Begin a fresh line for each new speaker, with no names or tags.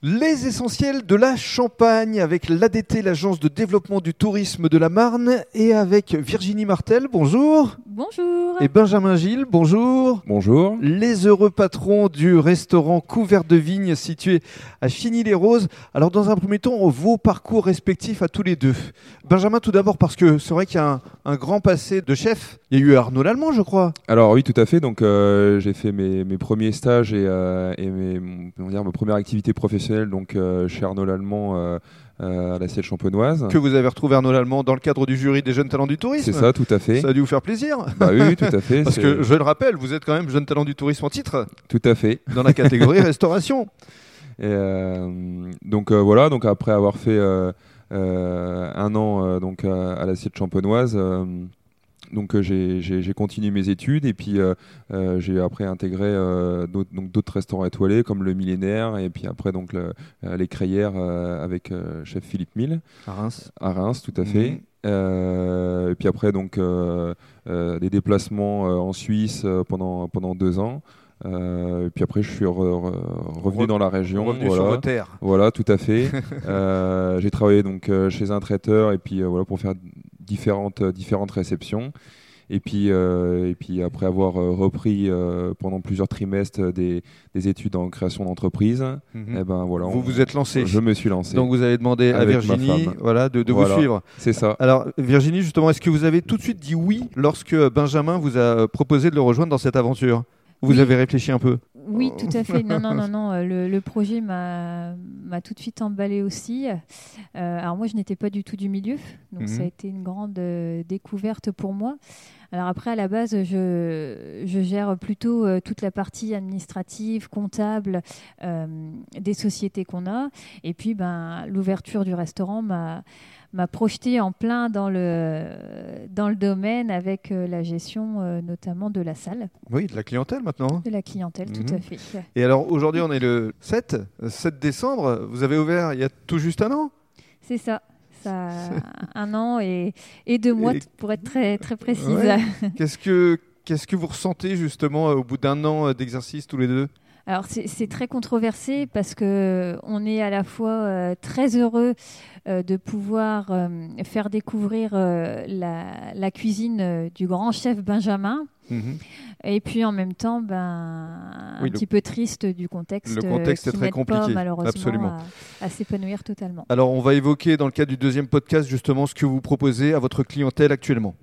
Les essentiels de la Champagne avec l'ADT, l'Agence de développement du tourisme de la Marne, et avec Virginie Martel, bonjour,
Bonjour.
et Benjamin Gilles, bonjour.
Bonjour.
Les heureux patrons du restaurant Couvert de Vigne situé à Chigny-les-Roses. Alors, dans un premier temps, vos parcours respectifs à tous les deux. Benjamin, tout d'abord, parce que c'est vrai qu'il y a un, un grand passé de chef. Il y a eu Arnaud Lallemand, je crois.
Alors oui, tout à fait. Donc euh, j'ai fait mes, mes premiers stages et, euh, et mes, mon- comment dire, ma première activité professionnelle donc euh, chez Arnaud Lallemand euh, euh, à la siège champenoise.
Que vous avez retrouvé Arnaud Lallemand dans le cadre du jury des jeunes talents du tourisme.
C'est ça, tout à fait.
Ça a dû vous faire plaisir.
Bah oui, oui, tout à fait.
Parce
c'est-
que je le rappelle, vous êtes quand même jeune talent du tourisme en titre
tout à fait.
dans la catégorie restauration.
Et, euh, donc euh, voilà. Donc après avoir fait euh, euh, un an euh, donc à, à la siège champenoise. euh, donc euh, j'ai- j'ai j'ai continué mes études et puis euh, euh, j'ai après intégré euh, d'autres donc d'autres restaurants étoilés comme le Millénaire et puis après donc le- euh, les Crayères euh, avec euh, chef Philippe Mille
À Reims.
à Reims tout à fait.
Mhm.
Euh, et puis après donc euh, euh, des déplacements euh, en Suisse euh, pendant pendant deux ans. Euh, et puis après je suis re- re- revenu
Re-
dans la région.
Revenu
voilà.
sur vos terres.
Voilà, tout à fait. Euh, j'ai travaillé donc euh, chez un traiteur et puis euh, voilà pour faire différentes euh, différentes réceptions. Et puis euh, et puis après avoir euh, repris euh, pendant plusieurs trimestres euh, des, des études en création d'entreprise, eh ben voilà.
Mmh. Mhm. Vous
on-
vous êtes lancé.
Je me suis lancé.
Donc vous avez demandé à
Avec ma
Virginie
femme.
voilà, de, de
Voilà.
vous suivre.
C'est ça.
Alors Virginie, justement, est-ce que vous avez tout de suite dit oui lorsque Benjamin vous a euh, proposé de le rejoindre dans cette aventure Vous
Oui.
avez réfléchi un peu
Oui, tout à fait. Non, non, non, non. euh, Le, le projet m'a m'a tout de suite emballé aussi. Euh, alors moi, je n'étais pas du tout du milieu, donc ça a
Mhm.
été une grande euh, découverte pour moi. Alors après, à la base, je, je gère plutôt euh, toute la partie administrative, comptable, euh, des sociétés qu'on a. Et puis, ben, l'ouverture du restaurant m'a m'a projeté en plein dans le, dans le domaine avec euh, la gestion euh, notamment de la salle,
Oui, de la clientèle maintenant.
de la clientèle, tout
Mhm.
à fait.
Et alors aujourd'hui, on est le 7, euh, 7 décembre. Vous avez ouvert il y a tout juste un an
C'est ça. Ça a un an et, et deux mois
Et-
t- pour être très, très précise.
Ouais. Qu'est-ce que Qu'est-ce que vous ressentez justement euh, au bout d'un an euh, d'exercice tous les deux
Alors c'est c'est très controversé parce que on est à la fois euh, très heureux euh, de pouvoir euh, faire découvrir euh, la, la cuisine euh, du grand chef Benjamin
Mhm.
et puis en même temps ben,
Oui,
un
le-
petit peu triste du contexte,
le contexte
euh,
est
qui
très
n'aide pas
compliqué,
malheureusement
absolument.
à- à s'épanouir totalement.
Alors, on va évoquer dans le cadre du deuxième podcast justement ce que vous proposez à votre clientèle actuellement.